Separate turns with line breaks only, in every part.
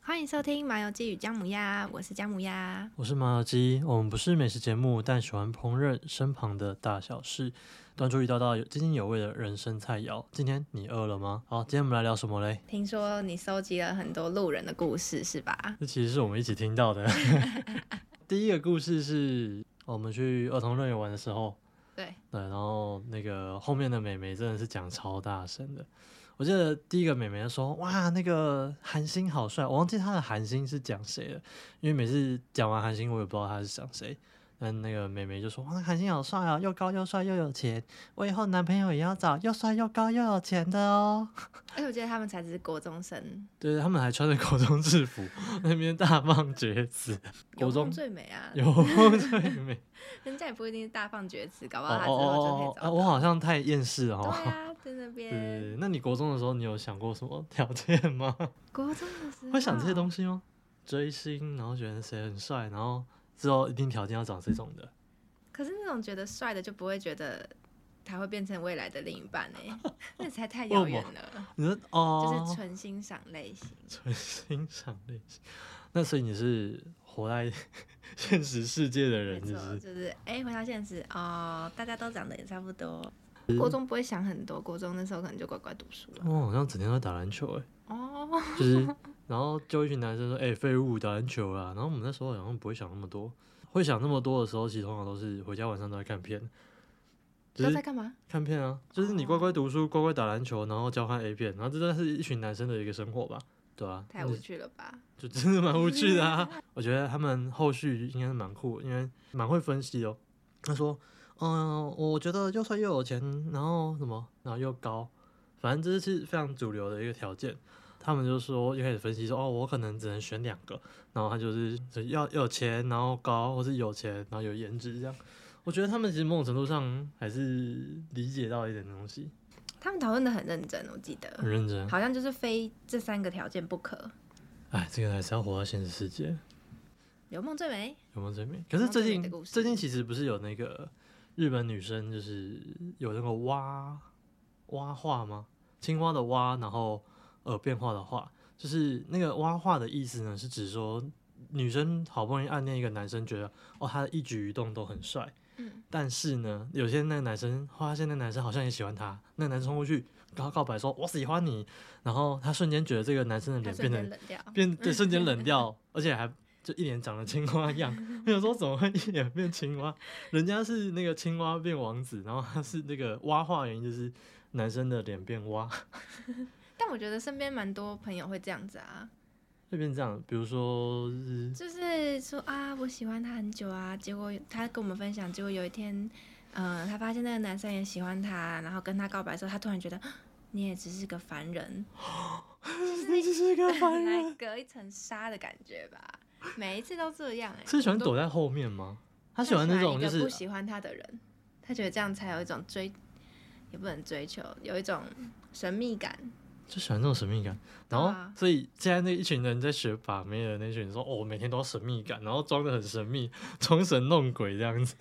欢迎收听《麻油鸡与姜母鸭》，我是姜母鸭。
我是麻油鸡，我们不是美食节目，但喜欢烹饪身旁的大小事，端出一道道有津津有味的人生菜肴。今天你饿了吗？好，今天我们来聊什么嘞？
听说你收集了很多路人的故事，是吧？
这其实是我们一起听到的。 第一个故事是我们去儿童乐园玩的时候，
对，
对，然后那个后面的美眉真的是讲超大声的。我记得第一个美眉说：“哇，那个韩星好帅！”我忘记她的韩星是讲谁了，因为每次讲完韩星，我也不知道她是讲谁。但那个美眉就说：“哇，那韩星好帅啊，又高又帅又有钱，我以后男朋友也要找又帅又高又有钱的哦。
而且我觉得他们才只是国中生，”
对，他们还穿着国中制服，那边大放厥词，
有
国
梦
中
最美啊，
有梦最 美。
人家也不一定是大放厥词，搞不
哦
好他之
哦
后
哦
就
哦
可以
哦！
找
我好像太厌世了
到。
哦。
对啊，在那边
对，那你国中的时候，你有想过什么条件吗？
国中的时候
会想这些
西。
东西吗？追星，然后觉得谁很帅，然后之后一定条件要找这种的。
可是那种觉得帅的就不会觉得他会变成未来的另一半哎、 那才太遥远了，
你说
就
哦，
是纯欣赏类型。
纯欣赏类型。那所以你是活在 现实世界的
没
人，就
错，
是
就是哎、回到现实哦，大家都长得也差不多。国中不会想很多，国中那时候可能就乖乖读书了。
我好像整天都在打篮球哎、
哦，
就是然后就一群男生说哎废物打篮球啦，然后我们那时候好像不会想那么多，会想那么多的时候，其实通常都是回家晚上都在看片，就
都
是
在干嘛？
看片啊，就是你乖乖读书，乖乖打篮球，然后交换 A 片，然后这算是一群男生的一个生活吧，对啊，
太无趣了吧？
就真的蛮无趣的啊。我觉得他们后续应该是蛮酷的，因为蛮会分析哦。他说，嗯、我觉得又帅又有钱，然后什么，然后又高，反正这是非常主流的一个条件。他们就说一开始分析说，哦，我可能只能选两个，然后他就是只要要有钱，然后高，或是有钱，然后有颜值这样。我觉得他们其实某种程度上还是理解到一点东西，
他们讨论的很认真，我记
很
得，
认真。
好像就是非这三个条件不可。
哎，这个还是要活到现实世界。
有梦最美，
有没有最美？可是
有没有最
最
美
近
的故事
最近其实不是有那个日本女生就是有那个蛙蛙画吗？青蛙的蛙，然后呃变化的画，就是那个蛙画的意思呢，是指说女生好不容易暗恋一个男生，觉得哦他的一举一动都很帅，
嗯，
但是呢，有些那个男生发现那个男生好像也喜欢她，那个男生冲过去跟她告白说我喜欢你，然后她瞬间觉得这个男生的
他瞬
脸嗯变成
间冷掉。
变对瞬间冷
嗯
掉，而且还就一脸长得青蛙一样。 我想说怎么会一脸变青蛙？人家是那个青蛙变王子，然后他是那个蛙化原因就是男生的脸变蛙，
但我觉得身边蛮多朋友会这样子啊，
就变这样。比如说是
嗯就是说啊，我喜欢他很久啊，结果他跟我们分享，结果有一天，呃，他发现那个男生也喜欢他，然后跟他告白的时候，他突然觉得啊你也只是个凡人，
你只是个凡
本来
人，
隔一层纱的感觉吧。每一次都这样哎、
是喜欢
我都
躲在后面吗？他
他
喜欢那种
一
就
个不
是
喜欢他的人，他觉得这样才有一种追，也不能追求，有一种神秘感。
就喜欢这种神秘感。然后
啊
所以现在那一群人在学把妹的那群人说哦，我每天都要神秘感，然后装的很神秘，装神弄鬼这样子。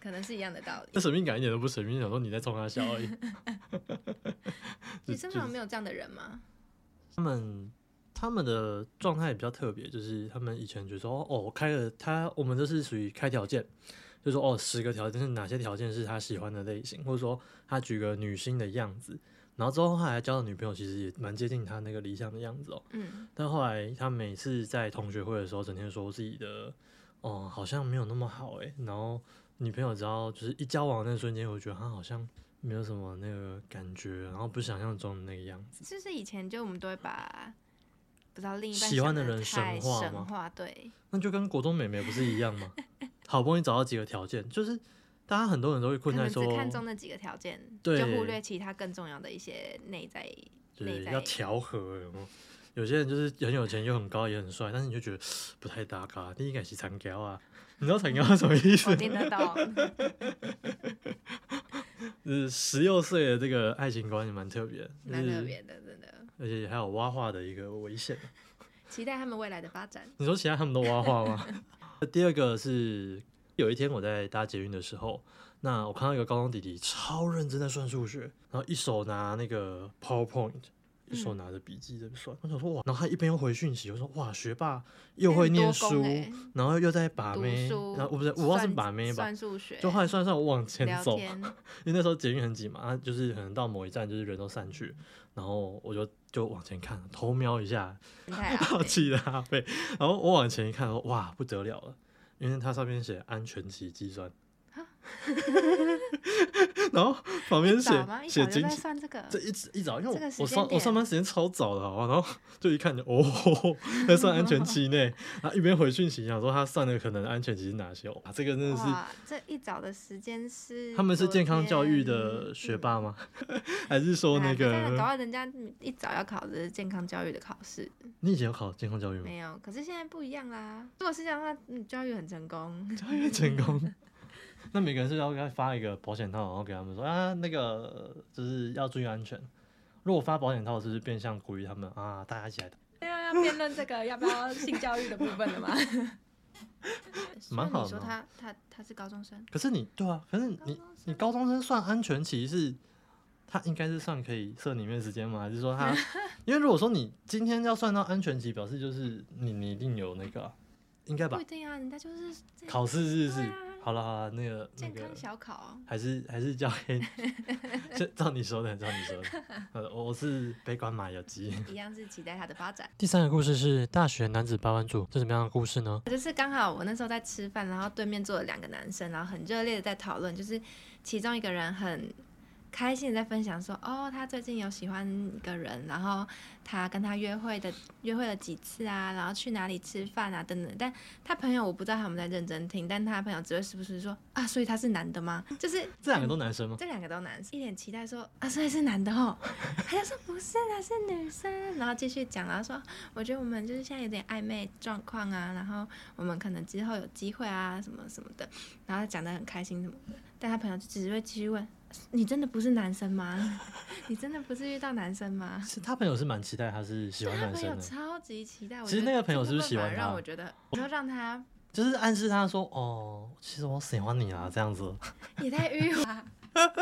可能是一样的道理
那。神秘感一点都不神秘，想说你在冲他笑而已。
你身
就
旁
是
没有这样的人吗？
他们他们的状态比较特别，就是他们以前就说哦，我开了他，我们这是属于开条件，就说哦，十个条件是哪些条件是他喜欢的类型，或者说他举个女星的样子，然后之后他还交的女朋友其实也蛮接近他那个理想的样子哦。
嗯，
但后来他每次在同学会的时候，整天说自己的哦好像没有那么好诶，然后女朋友只要就是一交往的那瞬间，我觉得他好像没有什么那个感觉，然后不是想象中的那个样子。
就是以前就我们都会把不知道另一半
喜欢
想
的
得
人
太
神话
神
吗
话对，
那就跟国中美眉不是一样吗？ 好不容易找到几个条件，就是大家很多人都会
可
困在
能只
说，
看重那几个条件，
对
就忽略其他更重要的一些内 在。
就是
内在
要调和，有没有有些人就是很有钱又很高也很帅，但是你就觉得不太搭嘎。第一个是残条啊， 你知道残条是什么意思
我哦
吗？
听得 懂，
就是十六岁的这个爱情观也蛮特别的，
蛮
就是
特别的，真的。
而且还有挖化的一个危险。
期待他们未来的发展。
你说其他他们都挖化吗？ 第二个是有一天我在搭捷运的时候，那我看到一个高中弟弟超认真在算数学，然后一手拿那个 PowerPoint，一
嗯
就手拿着笔记在那边算。我想说哇，然后他一边又回讯息，我说哇，学霸又会念
多
书
功欸，
然后又在把
读
妹，
书
然后我不是我忘是
算
把妹吧
算，数学，
就后来算算我往前
聊
走，
天，
因为那时候捷运很挤嘛，啊，就是可能到某一站就是人都散去，然后我就就往前看，偷瞄一下，
变态啊！
好奇的阿贝，然后我往前一看，说哇不得了了，因为它上面写安全期计算，
啊
然后旁边写
早吗？一
写
早就
经
在
济。
算这个，
这一直一早，因为
这个
我
时
我
间
上我上
点
班时间超早的，好吧，然后就一看就哦，在算安全 期内，然后一边回讯息，想说他算的可能安全期是哪些，哦哇，这个真的是
哇，这一早的时间是
他们是
昨
健康教育的
天
学
嗯
霸吗？还是说那
哎不然搞
个
到人家一早要考的是健康教育的考试，
你以前有考健康教育吗？
没有。可是现在不一样啦。如果是这样的话，嗯，教育很成功。
成功。那每个人是不是要给他发一个保险套，然后给他们说啊，那个就是要注意安全。如果发保险套，是不是变相鼓励他们啊？大家一起来打，
对啊，要辩论这个要不要性教育的部分了吗？
蛮好
所以你说
的
他他他是高中生，
可是你对啊，可是你你高中生算安全期是，他应该是算可以算里面时间吗？还是说 他？因为如果说你今天要算到安全期，表示就是你你一定有那个啊、应该吧
不一？定啊，人家就是这
考试日是
对啊
好了好了，那个那
健
个
康小考。啊
还是 还是交给， 就照你说的，照你说的。呃，我是悲观马有基。
一样是期待它的发展。
第三个故事是大学男子八万组，这什么样的故事呢？
就是刚好我那时候在吃饭，然后对面坐了两个男生，然后很热烈的在讨论，就是其中一个人很开心的在分享说，哦，他最近有喜欢一个人，然后他跟他约会的约会了几次啊，然后去哪里吃饭啊等等。但他朋友我不知道他们在认真听，但他朋友只会时不时说啊，所以他是男的吗？就是
这两个都男生吗？
这两个都男生，一脸期待说啊，所以是男的哦。他就说不是啦，是女生。然后继续讲，然后说我觉得我们就是现在有点暧昧状况啊，然后我们可能之后有机会啊，什么什么的。然后他讲的很开心什么的，但他朋友就只会继续问。你真的不是男生吗？你真的不是遇到男生吗？
是他朋友是蛮期待他是喜欢
嗯他
男
朋友
生的，啊
超级期待。我
其实
觉得
那个朋友
这
是不是
部分
喜欢
反而
他
让我觉得，你说让他
就是暗示他说哦，其实我喜欢你啦，这样子。
也太迂回 了。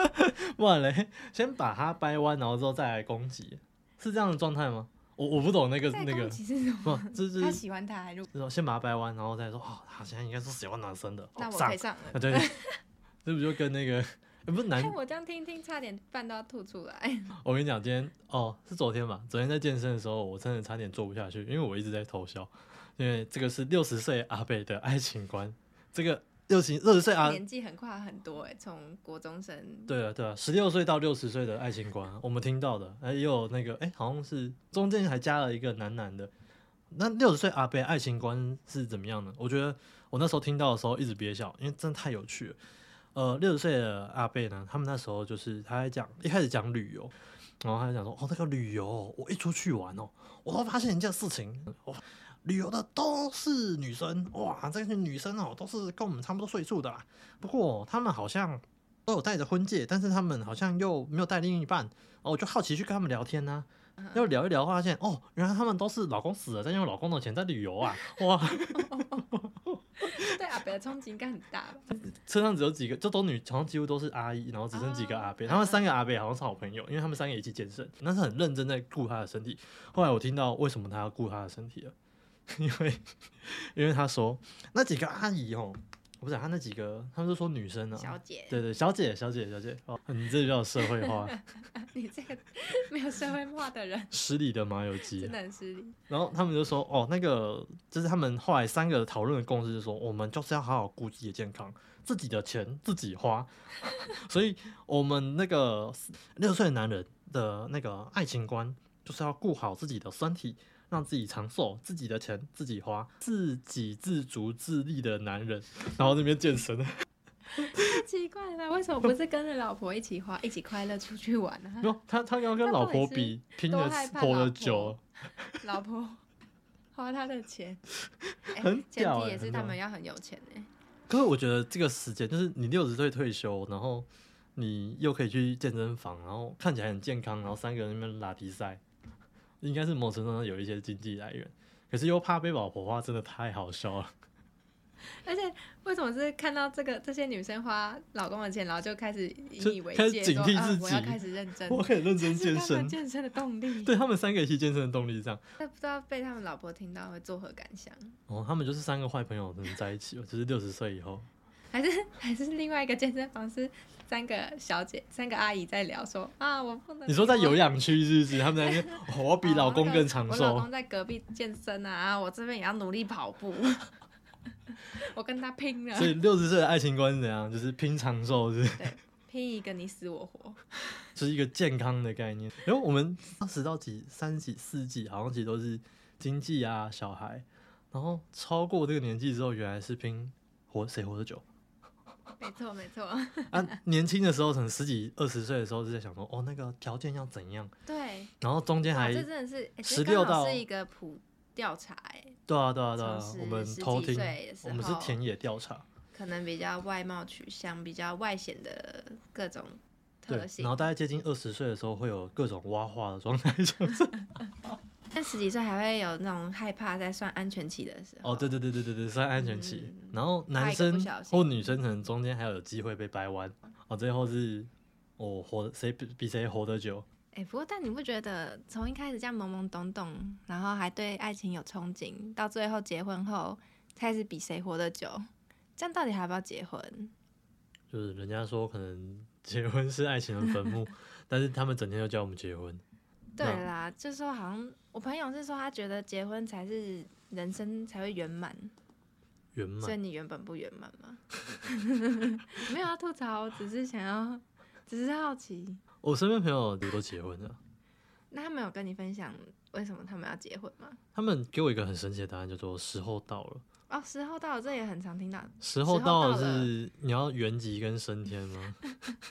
不然嘞， 先把他掰弯，然后之后再来攻击，是这样的状态吗？我我不懂那个
在
那个
攻，击是什么？
不，这
他
是
喜欢他还是？
这种先把他掰弯，然后再说哦，他现在应该是喜欢男生的，
那
哦
我
上
可以上了。
啊，对， 这不就跟那个，呃不是男
哎，，我这样听一听，差点饭都要吐出来。
我跟你讲，今天哦是昨天吧，昨天在健身的时候，我真的差点做不下去，因为我一直在偷笑，因为这个是六十岁阿贝的爱情观，这个六十六十岁 阿，
年纪很跨很多哎、从国中生
对啊对啊，十六岁到六十岁的爱情观，我们听到的，哎也有那个哎好像是中间还加了一个男男的，那六十岁阿贝爱情观是怎么样呢？我觉得我那时候听到的时候一直憋笑，因为真的太有趣了。呃，六十岁的阿贝呢，他们那时候就是他在讲，一开始讲旅游，然后他就讲说，哦，那个旅游哦，我一出去玩哦，我都发现一件事情，哇，旅游的都是女生，哇，这些女生哦都是跟我们差不多岁数的啦，不过她们好像都有戴着婚戒，但是她们好像又没有带另一半，哦，我就好奇去跟她们聊天呢、
嗯
要聊一聊，发现哦，原来她们都是老公死了，在用老公的钱在旅 游啊！哇，
对阿啊北的冲击应该很大吧？
车上只有几个，就都女，好像几乎都是阿姨，然后只剩几个阿伯。
哦
他们三个阿伯好像是好朋友，因为他们三个一起 健身，但是很认真在顾他的身体。后来我听到为什么他要顾他的身体了， 因为因为他说那几个阿姨哦，我不是他那几个，他们都说女生
小
啊，
姐，
对对，小姐小姐小姐，哦，你这就叫社会化，
啊你这个 没有社会化的人，
失礼的麻油鸡
真。的很失礼。
然后他们就说，哦，那个就是他们后来三个讨论的共识，是说我们就是要好好顾自己的健康，自己的钱自己花。 所以我们那个六十岁的男人的那个爱情观，就是要顾好自己的身体，让自己长寿，自己的钱自己花，自给自足自立的男人。然后那边健身，
太奇怪了吧，为什么不是跟着老婆一起花、一起快乐出去玩啊呢、
没有他，他要跟
那
老
到底
婆
是
比，拼
多
了
害怕
活
老
了
婆
久。
老婆花他的钱，哎
很
前
屌
提
欸
也是
很
他
屌
们要很有钱哎、
可是我觉得这个时间，就是你六十岁退休，然后你又可以去健身房，然后看起来很健康，然后三个人在那边拉提赛，应该是某种程度上有一些经济来源。可是又怕被老婆花，真的太好笑了。
而且为什么是看到这个这些女生花老公的钱，然后就开始引以为
就开始
戒，
警
说
惕
啊
自
我要
己
开始认真，
我可以认真
这是
健
他们
身。
健身的动力。
对他们三个一起健身的动力是这样。
但不知道被他们老婆听到会作何感想，
哦，他们就是三个坏朋友，真的在一起哦，只是六十岁以后。
还是还是另外一个健身房是三个小姐、三个阿姨在聊说啊，我不能。
你说在有氧区是不是？他们在那边，哦我比
哦
老公
那个
更长
我老
寿
公。在隔壁健身啊，我这边也要努力跑步， 我跟他拼了
所，以六十岁的爱情观是怎样？就是拼长寿，是不是
拼一个你死我活。
就是一个健康的概念。因为我们二十到几、三十几、四十几，好像其实都是经济啊、小孩，然后超过这个年纪之后，原来是拼活谁活得久。
没错，没错，
啊，年轻的时候，可能十几、二十岁的时候是在想说，哦，那个条件要怎样，
对，
然后中间
哇
还
这真的是欸
16
这刚好
到
是一个普调查、欸，
对啊，对啊，对啊
从，
我们
十
偷
十几
听
岁的，时
我们是
候
田野调查，
可能比较外貌取向、比较外显的各种特
对，
性
然后。大概接近二十岁的时候，会有各种挖话的状态，就是
但十几岁还会有那种害怕在算安全期的时候。
哦，对对对对对对，算安全期。
嗯
然后男
怕一个
生
不小心
或女生可能中间还有机会被掰弯，哦，最后是哦活得谁比比谁活得久，
哎、不过但你不觉得从一开始这样懵懵懂懂，然后还对爱情有憧憬，到最后结婚后开始比谁活得久，这样到底还要不要结婚？
就是人家说可能结婚是爱情的坟 墓，但是他们整天都叫我们结婚，
对
那
啦，就是说好像我朋友是说他觉得结婚才是人生才会圆满，
圆
所以
满。
你原本不圆满吗？ 没有要啊吐槽，我只是想要，只是好奇。
我身边朋友都结婚了，
那他们有跟你分享为什么他们要结婚吗？
他们给我一个很神奇的答案，叫做时候到了。
哦，时候到了，这也很常听到。
时
时候
候到
到
了
了
是你要原籍跟升天吗？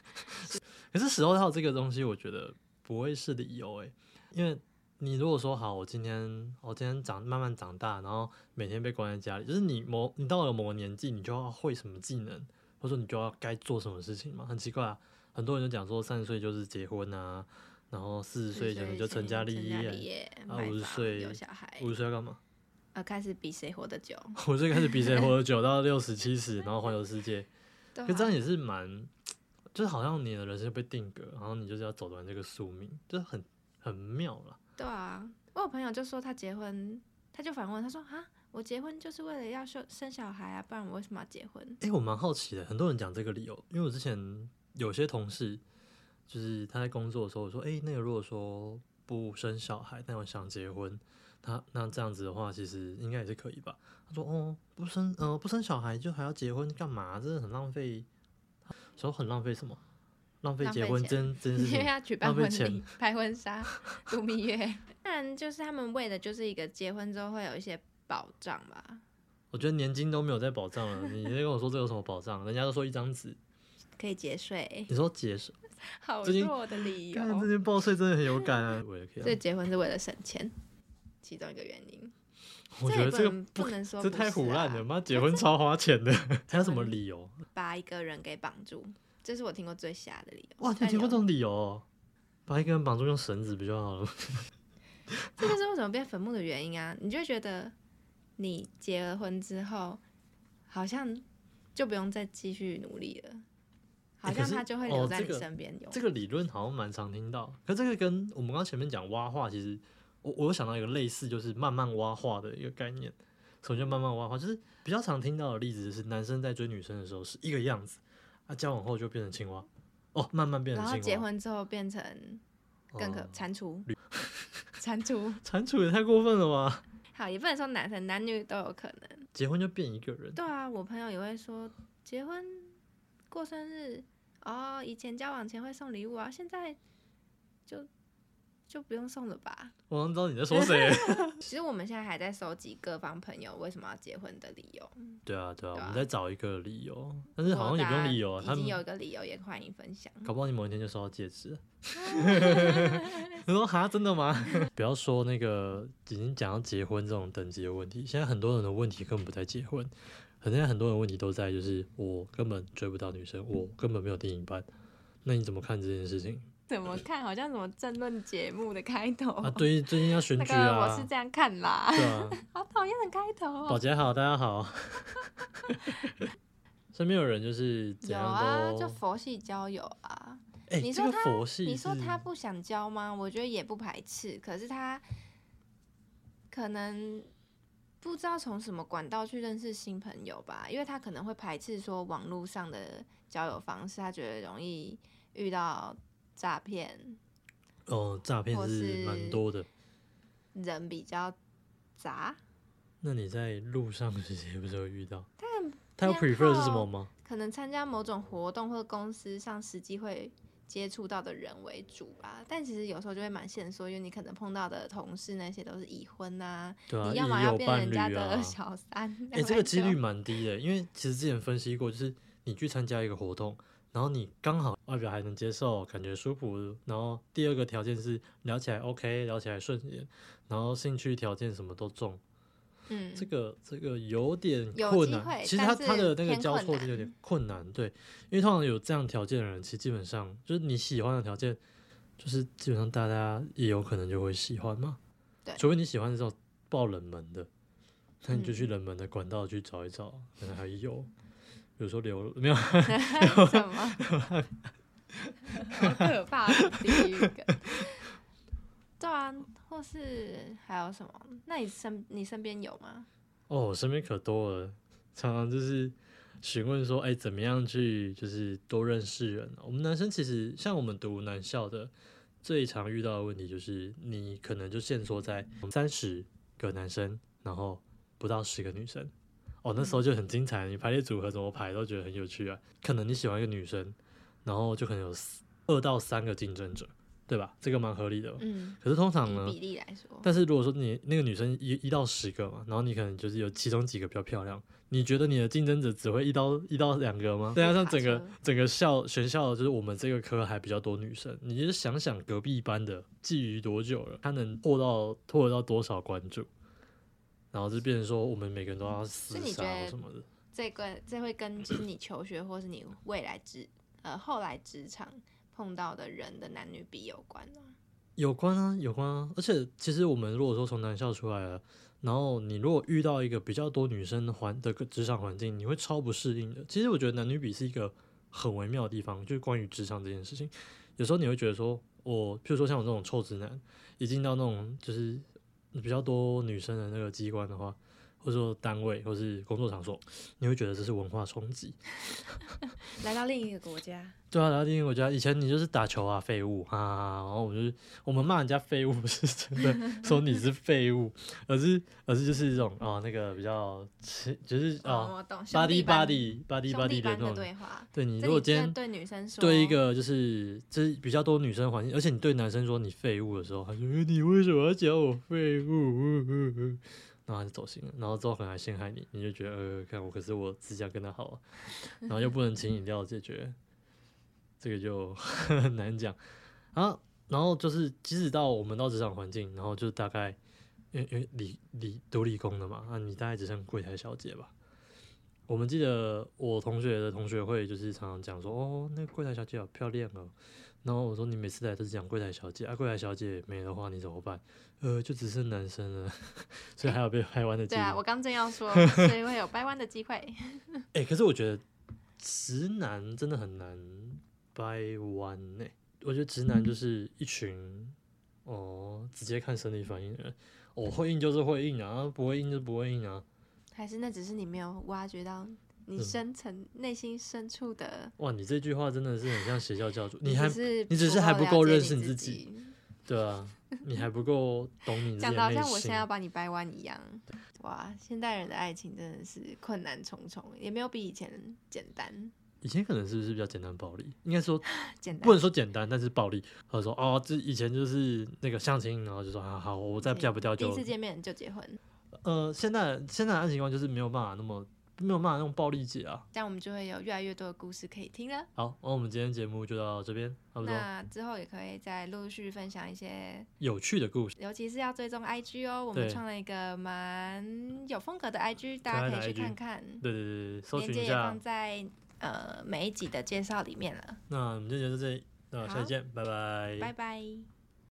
可 是时候到这个东西，我觉得不会是理由诶、因为你如果说好，我今天我今天长慢慢长大，然后每天被关在家里，就是你某你到了某个年纪，你就要会什么技能，或者说你就要该做什么事情嘛，很奇怪啊。很多人就讲说三十岁就是结婚啊，然后四十岁可能就成家立业，
业
啊
买
50
房
岁
有小孩，
五十岁要干嘛？
呃，开始比谁活得久。
五十岁开始比谁活得久，到六十七十，然后环游世界。
对、
可这样
啊，
也是蛮，就是好像你的人生被定格，然后你就是要走完这个宿命，就是很很妙啦。
对啊。我有朋友就说他结婚，他就反问他说：“啊，我结婚就是为了要生生小孩啊，不然我为什么要结婚
诶，我蛮好奇的，很多人讲这个理由，因为我之前有些同事，就是他在工作的时候，我说，诶，那个如果说不生小孩，但我想结婚，他那这样子的话，其实应该也是可以吧？他说，哦，不生，呃，不生小孩就还要结婚干嘛？真的很浪费，说很浪费什么？浪费
浪
结
费
婚
钱
这件这？” 件事
因为
情，
要举办
浪费
婚
钱
礼、拍婚纱、度蜜月， 当然就是他们为的就是一个结婚之后会有一些保障吧。
我觉得年金都没有在保障了，你在跟我说这有什么保障？人家都说一张纸，
可以节税，
你说节税，
好
最近
弱的理
看这
由。
些报税真的很有感啊！我也可以啊
所以结婚是为了省钱，其中一个原因。
我觉得
这
这
也
个
不能
不
不能说
这
不
太
是
胡乱
啊
了，妈结婚超花钱的， 还有什么理由？
把一个人给绑住，这是我听过最瞎的理由。
哇，你有
但
听过这
有
种理由哦？把一个人绑住用绳子不就好了吗？
这就是为什么变坟墓的原因啊！你就会觉得你结了婚之后，好像就不用再继续努力了，好
欸可
像
是
他就会
哦
留在
这
你
个
身边有。
这个理论好像蛮常听到，可这个跟我们刚刚前面讲挖话，其实我我有想到一个类似，就是慢慢挖话的一个概念。什么叫慢慢挖话？就是比较常听到的例子，就是男生在追女生的时候是一个样子，啊，交往后就变成青蛙，哦，慢慢变成
然
青
后
蛙，
结婚之后变成更可
哦
蟾蜍， 蟾蜍
蟾蜍也太过分了吧？
好也不能说男生男女都有可能。
结婚就变一个 人，
对啊，我朋友也会说结婚过生日哦，以前交往前会送礼物啊，现在就就不用送了吧。
我好像知道你在说 谁。
其实我们现在还在收集各方朋友为什么要结婚的理由，
对啊，对
对
啊，我
啊
们再找一个理由，但是好像也不用理由啊，
如
他
果大家已
们
经有一个理由，也欢迎分享。
搞不好你某一天就收到 戒指。你说哈，真的吗？ 不要说那个已经讲到结婚这种等级的问题，现在很多人的问题根本不在结婚，现在很多人的问题都在就是我根本追不到女生，我根本没有另一半。那你怎么看这件事情？
怎么看？好像什么政论节目的开头，
啊，对，最近要选
那
举
哦个我
啊
是，这样看啦，
对啊。
好讨厌的开头
保
哦。
洁好，大家好。 身边有人就是怎
有
样
啊，
都
就佛系交友啊。
哎、
你
这
说
个
他
佛系，
你说他，不想交吗？我觉得也不排斥，可是他可能不知道从什么管道去认识新朋友吧，因为他可能会排斥说网络上的交友方式，他觉得容易遇到诈骗，
哦，诈骗
或
是
是
蛮多的。
人比较杂，
那你在路上其实也不是会遇到，他有
偏
prefer 是什
好
么吗？
可能参加某种活动或公司上实际会。接触到的人为主吧，但其实有时候就会蛮线索，因为你可能碰到的同事那些都是已婚啊，
对啊，
你
已
要么要
有
变
伴
人
侣
家的
啊。
小三，
哎、
要不
这个
然
几率
就
蛮低的，因为其实之前分析过，就是你去参加一个活动，然后你刚好外表还能接受，感觉舒服，然后第二个条件是聊起来 OK，聊起来顺眼，然后兴趣条件什么都中，
嗯，
这个这个有点
有
困
机
难。
会
其实
但
他他
是
的那个
偏
交
困
错就有
难
点困难，对，因为通常有这样条件的人，其实基本上就是你喜欢的条件，就是基本上大家也有可能就会喜欢嘛。
对
除非你喜欢这种爆冷门的，那你就
嗯
去冷门的管道去找一找，可能还有，比如说流没有
什么？
好可怕的
哦
地狱梗。
对啊，或是还有什么？那你身你身边有吗？
哦，我身边可多了，常常就是询问说，哎、怎么样去就是多认识人啊？我们男生其实像我们读男校的，最常遇到的问题就是，你可能就限缩在三十个男生，然后不到十个女生。哦，那时候就很精彩，你排列组合怎么排都觉得很有趣啊。可能你喜欢一个女生，然后就可能有四二到三个竞争者，对吧？这个蛮合理的吧。
嗯，
可是通常呢，
以比例来说，
但是如果说你那个女生一一到十个嘛，然后你可能就是有其中几个比较漂亮，你觉得你的竞争者只会一到一到两个吗？再加上整个
卡车
整个校全校就是我们这个科还比较多女生，你就是想想隔壁班的觊觎多久了，她能获到获得到多少关注，然后就变成说我们每个人都要厮
所以你
杀
觉得
或什么的。
这个这会跟就是你求学或是你未来职呃后来职场碰到的人的男女比有关吗？
有关啊，有关啊，而且其实我们如果说从男校出来了，然后你如果遇到一个比较多女生的环的个职场环境，你会超不适应的。其实我觉得男女比是一个很微妙的地方，就是关于职场这件事情，有时候你会觉得说，我譬如说像我这种臭直男，一进到那种就是比较多女生的那个机关的话，或者说单位或是工作场所，你会觉得这是文化冲击。
来到另一个国家，
对啊，然后因为我觉得以前你就是打球啊，废物啊，然后我就是我们骂人家废物 是真的，说你是废物，而是而是就是这种啊、那个比较亲就是
哦，
啊
我懂，兄
巴
弟
迪巴
班
迪巴迪巴
兄
迪
弟
的
般
那
的
种。
对话。
对你
这
如果
你
今
真的
天
对女生说，
对一个就是就是比较多女生环境，而且你对男生说你废物的时候，他说呃你为什么要讲我废物？呃呃呃然后他就走心了，然后之后可能还陷害你，你就觉得呃，看我可是我只想跟他好啊，然后又不能请饮料解决，这个就 很难讲啊。然后就是即使到我们到职场环境，然后就大概因为因为理理读理工的嘛，那、你大概只剩柜台小姐吧。我们记得我同学的同学会，就是常常讲说，哦，那柜台小姐好漂亮哦。然后我说你每次来都是讲柜台小姐，啊，柜台小姐没的话你怎么办？呃，就只剩男生了， 所以还有被拍弯的机
对
会。
啊，我刚正要 说，所以会有掰弯的机会。
哎、可是我觉得直男真的很难掰弯呢、我觉得直男就是一群哦，直接看生理反应的人，哦，会硬就是会硬啊，不会硬就不会硬啊。
还是那只是你没有挖掘到你
嗯
深层、内心深处的，
哇，你这句话真的是很像邪教教主，你
只
还
是
你只是还不
不
够
了解
认识你
自
自己。对啊，你还不够懂你自己
讲
的
的好
内
像我
心
现在要把你掰弯一样，哇！现代人的爱情真的是困难重重，也没有比以前简单。
以前可能是不是比较简单暴力？应该说
简单
不能说简单，但是暴力。或者说哦，这以前就是那个相亲，然后就说啊好，我再
对
嫁不掉
第
就
一次见面就结婚，
呃，现在现在的爱情观就是没有办法那么没有办法用暴力解啊。
这样我们就会有越来越多的故事可以听了。
好，那我们今天节目就到这边，差不多
那之后也可以再陆续分享一些，
有趣的故事，
尤其是要追踪 IG 哦，我们
对
创了一个蛮有风格的 IG，大
可
家
爱
可
的
以去
IG
看看。
对对对对，搜
链
寻
接
一
也
下
放。在呃每一集的介绍里面了。
那我们今天就到这里，那下
好
期见，拜拜，
拜拜。